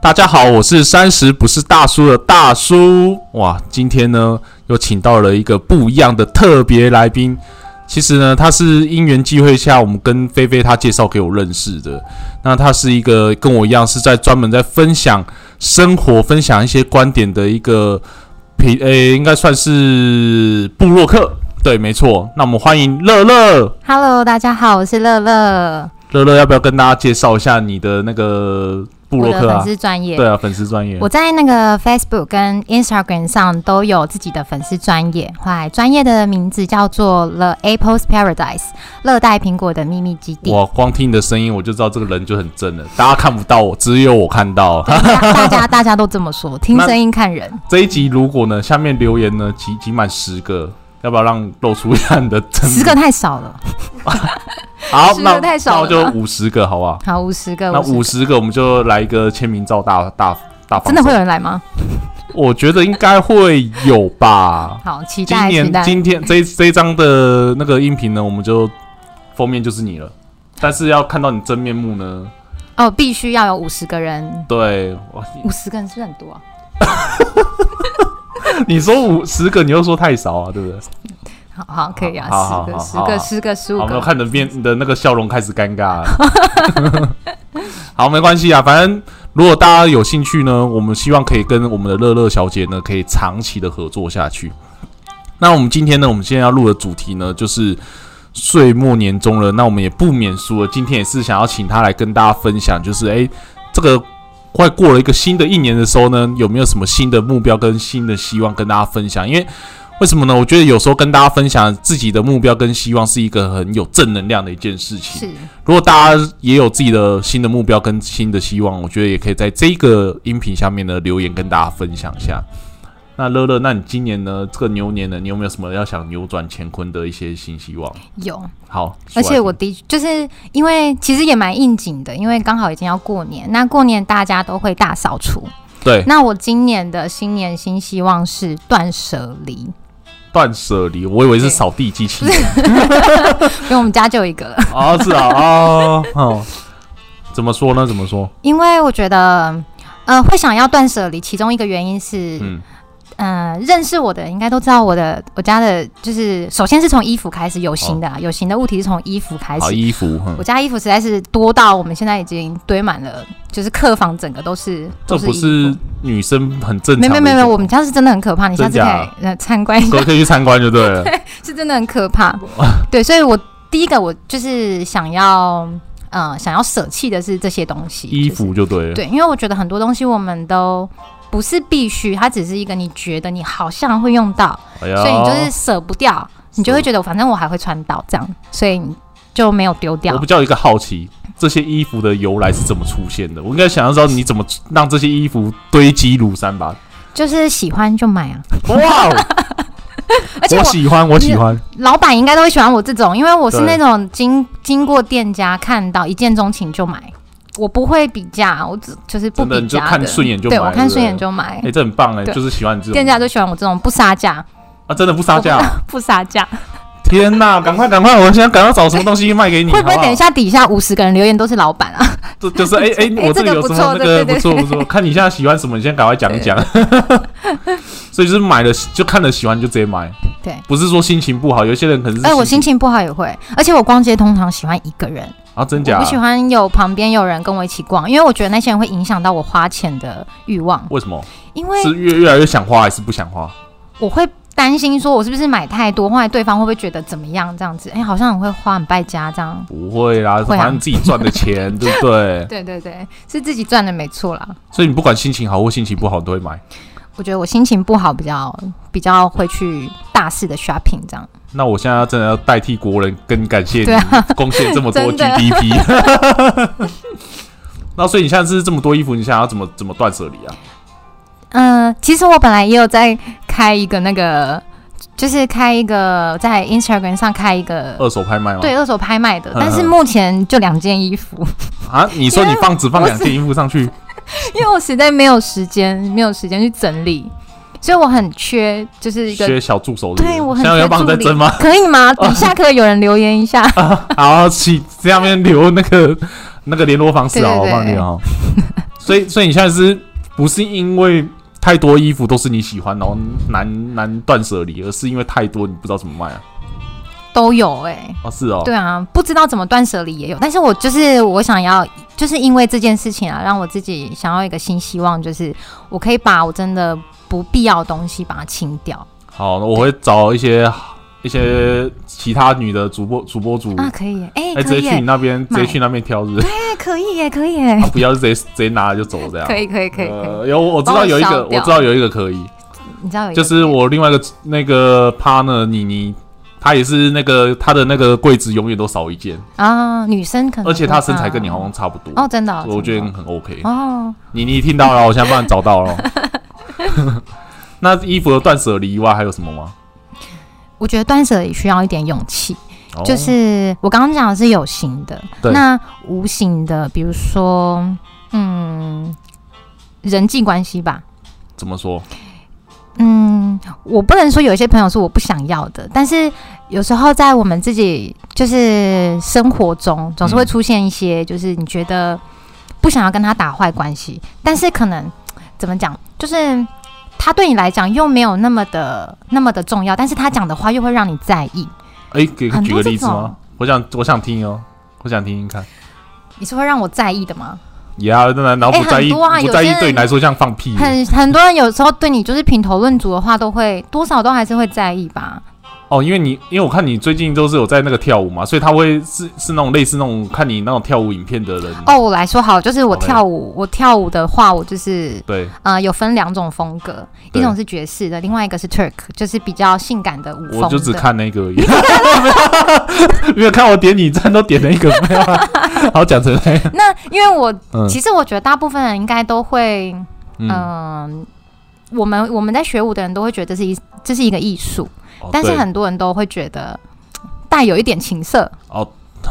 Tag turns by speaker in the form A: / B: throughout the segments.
A: 大家好，我是三十不是大叔的大叔。哇，今天呢又请到了一个不一样的特别来宾。其实呢，他是因缘际会下，我们跟菲菲她介绍给我认识的。那他是一个跟我一样是在专门在分享生活、分享一些观点的一个平，诶、应该算是部落客。对，没错。那我们欢迎乐乐，
B: Hello，大家好，我是乐乐，
A: 乐乐要不要跟大家介绍一下你的那个部
B: 我
A: 落
B: 的
A: 客
B: 粉
A: 啊？
B: 丝专业。
A: 对啊，粉丝专业。
B: 我在那个 Facebook 跟 Instagram 上都有自己的粉丝专业，嗨，专业的名字叫做 The Apple's Paradise，热带苹果的秘密基地。
A: 我光听你的声音，我就知道这个人就很真了。大家看不到我，只有我看到。
B: 对大家大家大家都这么说，听
A: 那
B: 声音看人。
A: 这一集如果呢，下面留言呢集集满十个，要不要让露出一下你的真？
B: 十个太少了，
A: 好，
B: 十个
A: 那
B: 太
A: 那
B: 少
A: 我
B: 了
A: 就五十个，好不好？
B: 好，五十个，
A: 那
B: 50
A: 五十个我们就来一个签名照大大大放
B: 真的会
A: 送
B: 有人来吗？
A: 我觉得应该会有吧。
B: 好，期
A: 今
B: 待期
A: 年
B: 待。
A: 今天这一这一张的那个音频呢，我们就封面就是你了，但是要看到你真面目呢，
B: 哦，必须要有五十个人，
A: 对，哇
B: 五十个人是不是很多啊？
A: 你说五十个，你又说太少啊，对不对？
B: 好好，可以啊，
A: 好好
B: 十个，
A: 好
B: 十
A: 好好
B: 个，十个，十五
A: 好，没有
B: 个。
A: 看你的面你的那个笑容开始尴尬了。 好，没关系啊，反正如果大家有兴趣呢，我们希望可以跟我们的乐乐小姐呢，可以长期的合作下去。那我们今天呢，我们今天要录的主题呢，就是岁末年终了，那我们也不免俗了，今天也是想要请她来跟大家分享，就是诶，这个快过了一个新的一年的时候呢，有没有什么新的目标跟新的希望跟大家分享？因为为什么呢？我觉得有时候跟大家分享自己的目标跟希望是一个很有正能量的一件事情。
B: 是，
A: 如果大家也有自己的新的目标跟新的希望，我觉得也可以在这个音频下面呢留言跟大家分享一下。那乐乐，那你今年呢？这个牛年呢，你有没有什么要想扭转乾坤的一些新希望？
B: 有。
A: 好，
B: 而且我
A: 说来听
B: 的就是因为其实也蛮应景的，因为刚好已经要过年，那过年大家都会大扫除。
A: 对
B: 那我今年的新年新希望是断舍离，
A: 断舍离，我以为是扫地机器 人
B: 因为我们家就有一个了。
A: 啊，是啊，哦，哦，怎么说呢？怎么说？
B: 因为我觉得，呃，会想要断舍离，其中一个原因是，
A: 嗯，
B: 嗯、认识我的人应该都知道我的我家的，就是首先是从衣服开始，有形的、啊，有形的物体是从衣服开
A: 哦好
B: 始。
A: 衣服，嗯哼
B: 我家衣服实在是多到我们现在已经堆满了，就是客房整个都是，
A: 这
B: 都
A: 不
B: 衣
A: 是
B: 服
A: 女生很正常的
B: 没
A: 一
B: 有
A: 件
B: 没有没有，我们家是真的很可怕，你下次
A: 真
B: 可
A: 假
B: 以呃 参观一下，
A: 可可以去参观就对 了。
B: 是真的很可怕。对，所以我第一个我就是想要呃想要舍弃的是这些东 西，
A: 衣
B: 就是
A: 服就对了。
B: 对，因为我觉得很多东西我们都。不是必须，它只是一个你觉得你好像会用到，
A: 哎呀，
B: 所以你就是舍不掉，你就会觉得反正我还会穿到这样，所以你就没有丢
A: 我
B: 掉
A: 比。较有一个好奇，这些衣服的由来是怎么出现的？我应该想要知道你怎么让这些衣服堆积如山 吧？
B: 就是喜欢就买啊，
A: 哇哦，
B: 而且
A: 我
B: 我
A: 喜欢，我喜欢，
B: 老板应该都会喜欢我这种，因为我是
A: 对
B: 那种经经过店家看到一见钟情就买，我不会比价，我只就是不
A: 真的
B: 比
A: 你就
B: 价
A: 看顺眼就买。
B: 对我看顺眼
A: 就。
B: 就买
A: 哎、。这很棒哎、
B: 对
A: 就是喜欢你这
B: 店
A: 种
B: 家就喜欢我这种不杀价，
A: 啊，真的不杀 价！
B: 不杀价，
A: 天哪，赶快赶快，我现在赶快找什么东西卖给你，
B: 会不会
A: 好好
B: 等一？下底下五十个人留言都是老板啊？
A: 这就是哎哎、
B: 哎
A: 我这
B: 这
A: 里
B: 个
A: 有
B: 不
A: 什
B: 错
A: 么那
B: 对
A: 个
B: 对
A: 不
B: 对
A: 错不错，看你现在喜欢什么，你先赶快讲一讲。 所以就是买了就看了喜欢就直接买，
B: 对，
A: 不是说心情不好，有些人可能是
B: 哎，我心
A: 情
B: 情不好也会，而且我逛街通常喜欢一个人，
A: 啊真
B: 我
A: 假
B: 不喜欢有旁边有人跟我一起逛，因为我觉得那些人会影响到我花钱的欲望，
A: 为什么？
B: 因为
A: 是越越来越想花还是不想花？
B: 我会担心说，我是不是买太多，后来对方会不会觉得怎么样？这样子，哎、好像很会花，很败家这样。
A: 不会啦，
B: 会
A: 反
B: 啊
A: 正自己赚的钱，对不 对？
B: 对对对，是自己赚的没错啦。
A: 所以你不管心情好或心情不好，你都会买。
B: 我觉得我心情不好，比较比较会去大肆的 shopping 这样。
A: 那我现在真的要代替国人，更感谢
B: 对啊
A: 你贡献这么多
B: 真的
A: GDP。那所以你现在是这么多衣服，你想要怎么怎么断舍离啊？
B: 嗯、其实我本来也有在开一个那个，就是开一个在 Instagram 上开一个。
A: 二手拍卖吗？
B: 呃对二手拍卖的
A: 嗯，
B: 但是目前就两件衣服，
A: 啊，你说你放只放
B: 因为
A: 两件衣服上去，
B: 因为我实在没有时间，没有时间去整理，所以我很缺就是一个
A: 缺小助手是不是
B: 对我很
A: 现在要
B: 缺
A: 帮你
B: 助
A: 再
B: 理
A: 争吗？
B: 可 以吗？底下可以有人留言一下。
A: 好，请下面留那个那个联络方式
B: 对对
A: 哦，我
B: 对
A: 帮你哦。所以所以你现在是不是因为太多衣服都是你喜欢，然后难难断舍离，而是因为太多你不知道怎么卖啊？
B: 都有哎、
A: 哦，是哦，
B: 对啊，不知道怎么断舍离也有，但是我就是我想要，就是因为这件事情啊，让我自己想要一个新希望，就是我可以把我真的不必要的东西把它清掉
A: 好，那我会找一些一些其他女的主播主播主，
B: 啊，
A: 哎、
B: 可以耶
A: 直
B: 哎、可
A: 接
B: 以
A: 去你
B: 耶，
A: 那边，直接
B: 买
A: 去那边挑日，
B: 哎、可以耶，可以耶，
A: 啊、不要就直接直接拿了就走这样。
B: 可以可以可以可以，
A: 呃，有我知道有一
B: 帮我
A: 个，
B: 烧
A: 我
B: 掉
A: 知道有一个可以，
B: 你知道有一个
A: 就是我另外一个那个 partner 妮妮，她也是那个她的那个柜子永远都少一件，
B: 啊，女生可能
A: 而且她身材
B: 会嗯
A: 跟你好像差不多，
B: 哦，真的哦、
A: 所以我觉得
B: 真的
A: 很 OK。
B: 哦哦，
A: 妮妮听到了，我现在帮你找到了。 那衣服的断舍离以外还有什么吗？
B: 我觉得断舍离需要一点勇气。
A: 哦
B: 就是我刚刚讲的是有形的，
A: 对
B: 那无形的，比如说，嗯，人际关系吧，
A: 怎么说？
B: 嗯，我不能说有一些朋友是我不想要的，但是有时候在我们自己就是生活中，总是会
A: 嗯
B: 出现一些，就是你觉得不想要跟他打坏关系，但是可能怎么讲，就是他对你来讲又没有那么的那么的重要，但是他讲的话又会让你在意，
A: 哎、给
B: 很多
A: 举个
B: 这
A: 例子
B: 种
A: 吗？我想我想听哦，我想听听看。
B: 你是会让我在意的吗？
A: 呀、当然，然后
B: 哎
A: 不在意、
B: 很多啊
A: 不
B: 有
A: 在
B: 些
A: 意
B: 人
A: 对你来说像放屁。
B: 很很多人有时候对你就是品头论足的话，都会多少都还是会在意吧。
A: 哦，因为你因为我看你最近都是有在那个跳舞嘛，所以他会是是那种类似那种看你那种跳舞影片的人。
B: 哦，我来说好，就是我
A: OK
B: 跳舞，我跳舞的话，我就是
A: 对，
B: 呃有分两种风格，
A: 对
B: 一种是爵士的，另外一个是 Turk，就是比较性感的舞风的。
A: 我就只看那个而已， 没有看我点你赞都点了一个，没有啊，好讲成那样。
B: 那，因为我、
A: 嗯
B: 其实我觉得大部分人应该都会，嗯、
A: 嗯，
B: 我们我们在学舞的人都会觉得这是一这是一个艺术，
A: 哦
B: 但是
A: 对
B: 很多人都会觉得嗯带有一点情色。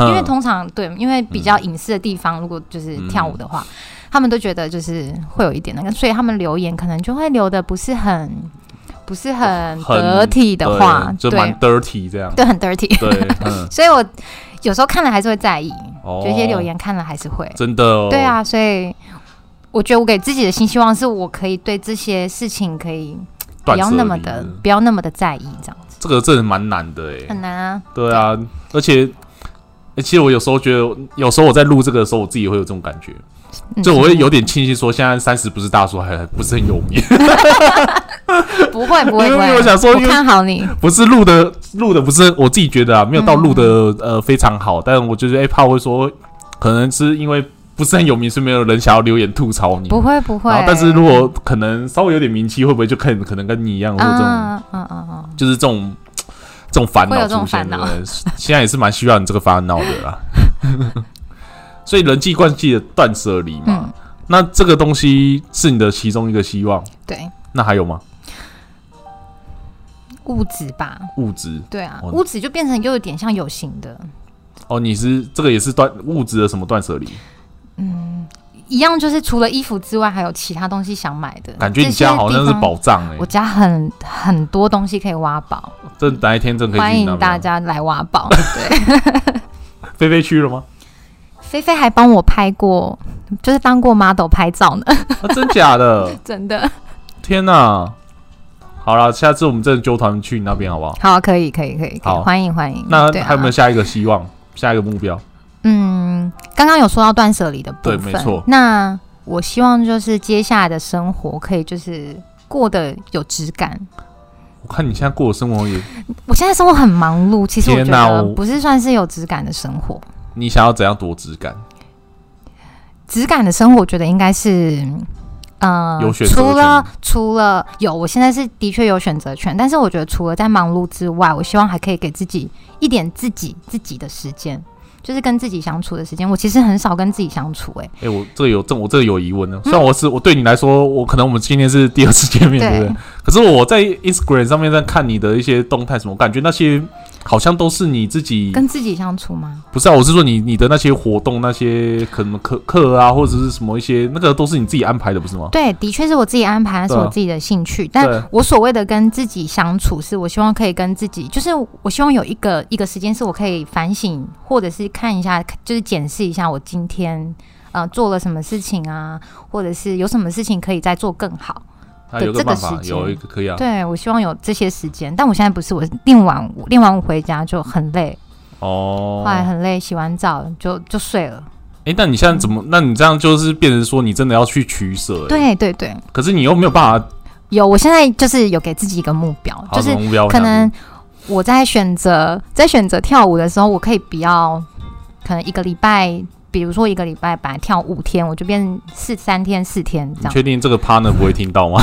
B: 因为
A: 嗯
B: 通常对，因为比较隐私的地方，如果就是跳舞的
A: 嗯
B: 话，他们都觉得就是会有一点那个，所以他们留言可能就会留的不是很不是很
A: 很
B: 得体的
A: 对
B: 话，
A: 就
B: 对
A: 蛮 dirty 这样。
B: 对，很 dirty。
A: 对，嗯，
B: 所以我有时候看了还是会在意，
A: 哦，
B: 有一些留言看了还是会，
A: 真的哦，
B: 对，啊，所以我觉得我给自己的新希望是我可以对这些事情可以不
A: 断
B: 要
A: 舍
B: 那么
A: 离
B: 的
A: 的
B: 不要那么的在意，这样子
A: 这个真的蛮难的哎，
B: 很难啊。
A: 对啊，而且、欸其实我有时候觉得，有时候我在录这个的时候，我自己也会有这种感觉，
B: 嗯
A: 就我会有点 庆幸说，现在三十不是大叔，还还不是很有名，
B: 不会不会
A: 因为
B: 不会，
A: 我想说因为
B: 看好你，
A: 不是录的录的不是我自己觉得啊，没有到录的、
B: 嗯
A: 呃非常好，但我觉得哎、欸怕我会说，可能是因为不是很有名，所以没有人想要留言吐槽你。
B: 不会不会
A: 然后，。但是如果可能稍微有点名气，会不会就可能可能跟你一样，会有这种、
B: 嗯嗯嗯嗯，
A: 就是这种这种烦
B: 会
A: 恼
B: 有这
A: 出
B: 种
A: 现，
B: 烦恼
A: 对 不对现在也是蛮需要你这个烦恼的啦。 所以人际关系的断舍离嘛，
B: 嗯
A: 那这个东西是你的其中一个希望，
B: 对，
A: 那还有吗？
B: 物质吧，
A: 物质
B: 对啊，
A: 哦
B: 物质就变成又有点像有形的，
A: 哦，你是这个也是断物质的什么断舍离？
B: 一样就是除了衣服之外，还有其他东西想买的。
A: 感觉你家好像是
B: 这些地方，
A: 宝藏哎、
B: 我家很很多东西可以挖宝，
A: 这哪一天真的可以
B: 欢
A: 去你那
B: 迎
A: 边
B: 大。家来挖宝。
A: 菲菲去了吗？
B: 菲菲还帮我拍过，就是当过 model 拍照呢，
A: 啊，真假的？
B: 真的。
A: 天哪、好了，下次我们真的揪团去你那边好不好？
B: 好，可以，可以，可以，可以
A: 好
B: 欢迎欢迎。
A: 那
B: 对啊
A: 还有没有下一个希望？下一个目标？
B: 嗯，刚刚有说到断舍离的部分，
A: 对没错
B: 那我希望就是接下来的生活可以就是过得有质感。
A: 我看你现在过的生活也
B: 我现在生活很忙碌，其实我
A: 天
B: 觉
A: 哪
B: 得
A: 我
B: 不是算是有质感的生活。
A: 你想要怎样多质感？
B: 质感的生活，我觉得应该是，呃
A: 有，选择
B: 除了
A: 权
B: 除了有，我现在是的确有选择权，但是我觉得除了在忙碌之外，我希望还可以给自己一点自己自己的时间，就是跟自己相处的时间。我其实很少跟自己相处、欸，
A: 哎、我这个有这我这个有疑问呢。虽然我是我对你来说，我可能我们今天是第二次见面，对
B: 对
A: 不对？可是我在 Instagram 上面在看你的一些动态，什么我感觉那些好像都是你自己，
B: 跟自己相处吗？
A: 不是啊？我是说你你的那些活动，那些可能课课啊，或者是什么一些那个都是你自己安排的，不是吗？
B: 对，的确是我自己安排，那是
A: 对啊
B: 我自己的兴趣。
A: 对
B: 但我所谓的跟自己相处，是我希望可以跟自己，就是我希望有一个一个时间，是我可以反省，或者是看一下，就是检视一下我今天呃做了什么事情啊，或者是有什么事情可以再做更好。
A: 他有一
B: 对这个
A: 办法，
B: 时间
A: 有一个可以啊。
B: 对我希望有这些时间，但我现在不是，我练完舞练完舞回家就很累，
A: 哦
B: 后，来很累，洗完澡就就睡了。
A: 哎，那你现在怎么？那你这样就是变成说，你真的要去取舍。，
B: 嗯对对对，
A: 可是你又没有办法
B: 有，我现在就是有给自己一个目标，
A: 好
B: 就是
A: 目标，
B: 可能我在选择在选择跳舞的时候，我可以不要，可能一个礼拜，比如说一个礼拜本来跳五天，我就变四三天四天这
A: 你
B: 样，
A: 确定这个 partner 不会听到吗？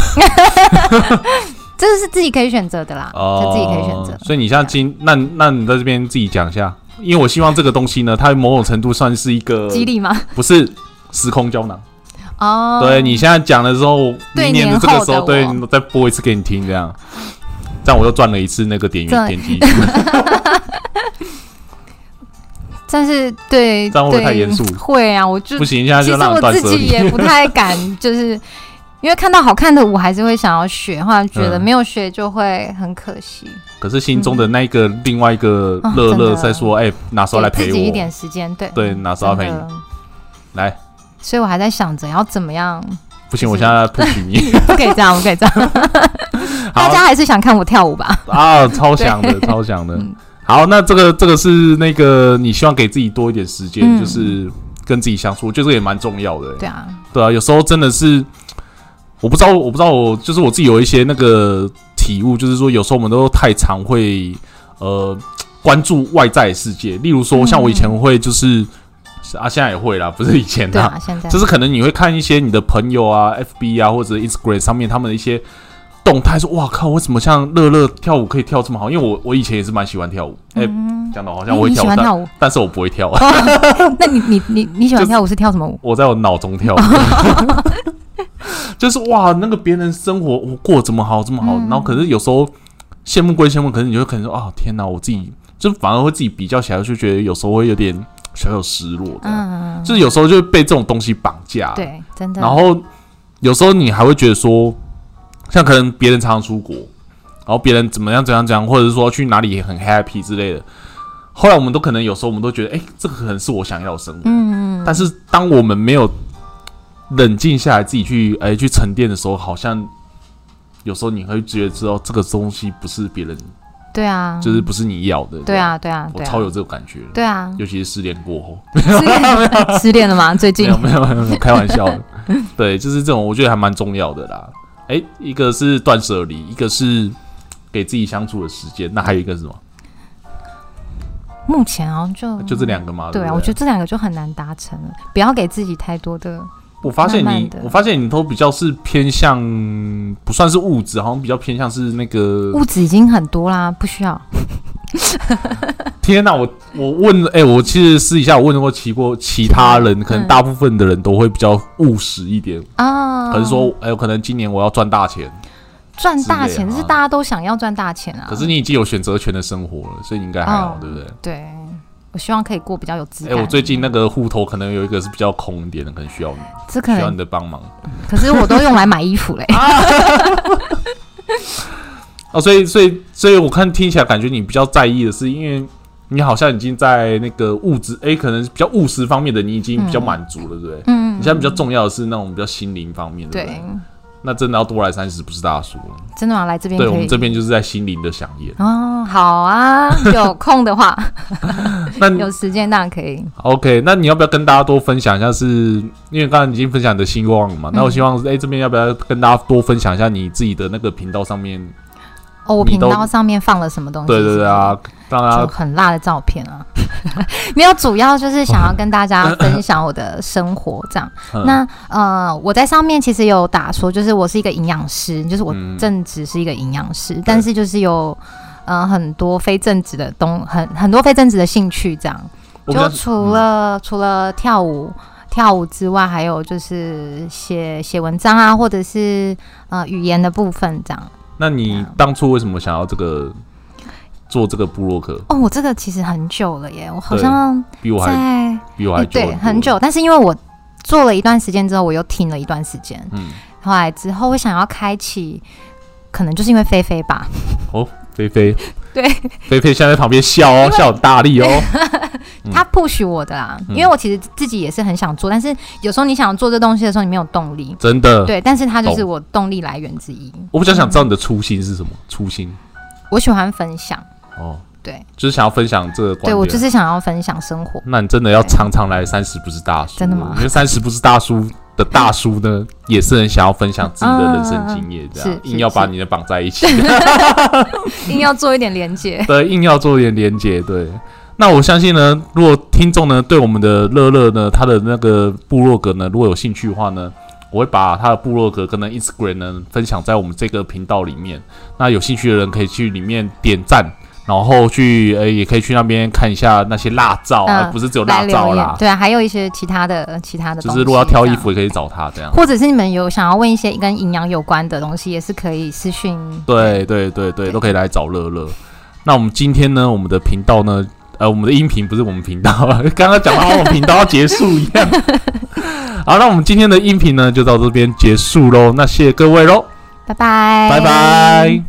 B: 这是自己可以选择的啦，就自己可以选择。
A: 哦所以你现在今那那你在这边自己讲一下，因为我希望这个东西呢，它某种程度算是一个
B: 激，励吗？
A: 不是时空胶囊。
B: 哦，
A: 对你现在讲的时候，
B: 对
A: 明年的这个时候，对
B: 年后的，啊
A: 再播一次给你听，这样，这样我又赚了一次那个点阅
B: 对
A: 点击，
B: 但是对，
A: 这样会不会
B: 对
A: 太严肃
B: 会啊，我就
A: 不行，现在
B: 其
A: 就
B: 实
A: 让
B: 我
A: 你断
B: 自
A: 舍
B: 己
A: 离。
B: 也不太敢，就是 因为看到好看的舞，还是会想要学，后来觉得
A: 嗯
B: 没有学就会很可惜。
A: 可是心中的那一个另外一个
B: 啊
A: 乐
B: 嗯真的
A: 乐在说，哎，哪时候来
B: 给
A: 陪
B: 自己一
A: 我？
B: 点时间，对嗯
A: 对，哪时候陪你
B: 真？的
A: 来。
B: 所以我还在想着要怎么样，
A: 不行，
B: 就
A: 我
B: 是
A: 现在不许你。
B: 不可以这样，不可以 这样。大家还是想看我跳舞吧？
A: 啊，超想的，超想的
B: 嗯。
A: 好，那这个这个是那个你希望给自己多一点时间，
B: 嗯
A: 就是跟自己相处，我觉得这个也蛮重要的、
B: 对啊，
A: 对啊，有时候真的是，我不知道，我不知道我，就是我自己有一些那个体悟，就是说有时候我们都太常会呃关注外在的世界，例如说
B: 嗯
A: 像我以前会就是、啊，现在也会啦，不是以前
B: 对
A: 啦，
B: 啊，现在
A: 就是可能你会看一些你的朋友啊、FB 啊或者 Instagram 上面他们的一些动态，说哇靠，为什么像乐乐跳舞可以跳这么好？因为我我以前也是蛮喜欢跳舞，哎、
B: 嗯，
A: 讲的好像
B: 你
A: 我会
B: 你
A: 跳
B: 喜
A: 舞，
B: 欢
A: 但
B: 跳舞？
A: 但是我不会 跳，
B: 那你你你你喜欢跳舞是跳什么舞？
A: 我在我脑中跳舞。 就是哇，那个别人生活我过得这么好，这么好，
B: 嗯
A: 然后可是有时候羡慕归羡慕，可是你就会可能说啊，天哪，我自己就反而会自己比较起来，就觉得有时候会有点小小失落的，
B: 嗯，
A: 就是有时候就会被这种东西绑架。
B: 对，真的。
A: 啊然后有时候你还会觉得说，像可能别人常常出国，然后别人怎么样怎样怎样，或者是说去哪里很 happy 之类的。后来我们都可能有时候我们都觉得，哎、这个可能是我想要的生活。
B: 嗯，嗯，
A: 但是当我们没有冷静下来，自己去哎、去沉淀的时候，好像有时候你会觉得知道这个东西不是别人，
B: 对啊，
A: 就是不是你要的。
B: 对，啊，对啊，
A: 我
B: 对啊
A: 超有这种感觉的，
B: 对 啊，
A: 尤其是失恋过后。
B: 失恋 失恋了吗？最
A: 没
B: 近
A: 有没有没有没有，开玩笑的。 对，就是这种，我觉得还蛮重要的啦。哎、一个是断舍离，一个是给自己相处的时间，那还有一个是什么？
B: 目前好像就
A: 就这两个嘛。对
B: 嗯对
A: 不
B: 啊，我觉得这两个就很难达成了，不要给自己太多的
A: 我发现你，
B: 慢慢地
A: 我发现你都比较是偏向，不算是物质，好像比较偏向是那个。
B: 物质已经很多啦，不需要。
A: 天哪、我我问，哎、我其实私底下我问过其过其他人，可能
B: 嗯
A: 大部分的人都会比较务实一点，
B: 啊，
A: 可是说，哎、有可能今年我要赚大钱，
B: 嗯赚大
A: 之类
B: 钱，
A: 的
B: 这是
A: 啊
B: 大家都想要赚大钱啊。
A: 可是你已经有选择权的生活了，所以你应该还好，
B: 哦
A: 对不对？
B: 对，我希望可以过比较有质
A: 哎、
B: 感。
A: 我最近那个户头可能有一个是比较空一点的，可能需要你，
B: 这可
A: 需要
B: 能
A: 你，的帮忙
B: 可是我都用来买衣服 嘞。
A: 哦。所以，所以，所以我看听起来感觉你比较在意的是，因为你好像已经在那个物质，哎、可能比较务实方面的，你已经比较满足了，对不对？
B: 嗯，
A: 你现在比较重要的是那种比较心灵方面，对不
B: 对
A: 对？，那真的要多来三十，不是大叔了。
B: 真的吗？来这边
A: 对我
B: 可
A: 们
B: 以
A: 这。边就是在心灵的响 应。
B: 哦，好啊，有空 的话，
A: 那你
B: 有时间当然可以。
A: OK，那你要不要跟大家多分享一下是？因为刚才已经分享你的希望了嘛，
B: 嗯
A: 那我希望哎、这边要不要跟大家多分享一下你自己的那个频道上面？
B: 哦，我
A: 你
B: 频
A: 都
B: 道上面放了什么东西？
A: 对对对啊，让
B: 是不是！
A: 大
B: 哦就
A: 家
B: 很辣的照片啊， 没有，主要就是想要跟大家分享我的生活这样。
A: 嗯
B: 那呃，我在上面其实有打说，就是我是一个营养师，就是我
A: 嗯
B: 正职是一个营养师，但是就是有呃很多非正职的东，很很多非正职的兴趣这样。
A: 我嗯
B: 就
A: 们
B: 除了、除了跳舞跳舞之外，还有就是写写文章啊，或者是呃语言的部分这样。
A: 那你当初为什么想要这
B: 嗯
A: 个做这个部落客？
B: 哦，我这个其实很久了耶，我好
A: 对
B: 像
A: 比我还
B: 在
A: 比我
B: 哎
A: 还久、
B: 对很。久，但是因为我做了一段时间之后，我又停了一段时间，
A: 嗯，
B: 后来之后我想要开启，可能就是因为菲菲吧，
A: 菲菲，
B: 对，
A: 菲菲现在在旁边笑哦，笑很大力哦。
B: 他 push 我的啦，
A: 嗯
B: 因为我其实自己也是很想做，但是有时候你想做这东西的时候，你没有动力。
A: 真的。
B: 对，但是他就是
A: 呃懂
B: 我动力来源之一。
A: 我比较想知道你的初心是什么？初心
B: 我喜欢分享，
A: 哦，
B: 对，
A: 就是想要分享这个观
B: 对
A: 点。
B: 我就是想要分享 生活。
A: 那你真的要常常来三十不是大叔，
B: 真的吗
A: 因为三十不是大叔的大叔呢，也是很想要分享自己的人生经验，这样、
B: 嗯嗯嗯 是
A: 硬要把
B: 是
A: 你的绑在一起，
B: 硬要做一点连 接。
A: 对，硬要做一点连接，对。那我相信呢，如果听众呢对我们的乐乐呢他的那个部落格呢，如果有兴趣的话呢，我会把他的部落格跟那 Instagram 呢分享在我们这个频道里面。那有兴趣的人可以去里面点赞，然后去呃也可以去那边看一下那些辣照啊，
B: 嗯
A: 不是只有
B: 来
A: 辣照
B: 留言
A: 啦，，
B: 对啊，还有一些其他的呃其他的
A: 就
B: 东西，
A: 是如果要挑衣
B: 这样，
A: 服也可以找他这样。
B: 或者是你们有想要问一些跟营养有关的东西，也是可以私讯。
A: 对对对对，
B: 对
A: 都可以来找乐乐。那我们今天呢，我们的频道呢，呃，我们的音频不是我们频道，啊 刚刚讲到我们频道要结束一 样。好，那我们今天的音频呢，就到这边结束喽。那谢谢各位喽，
B: 拜拜，
A: 拜拜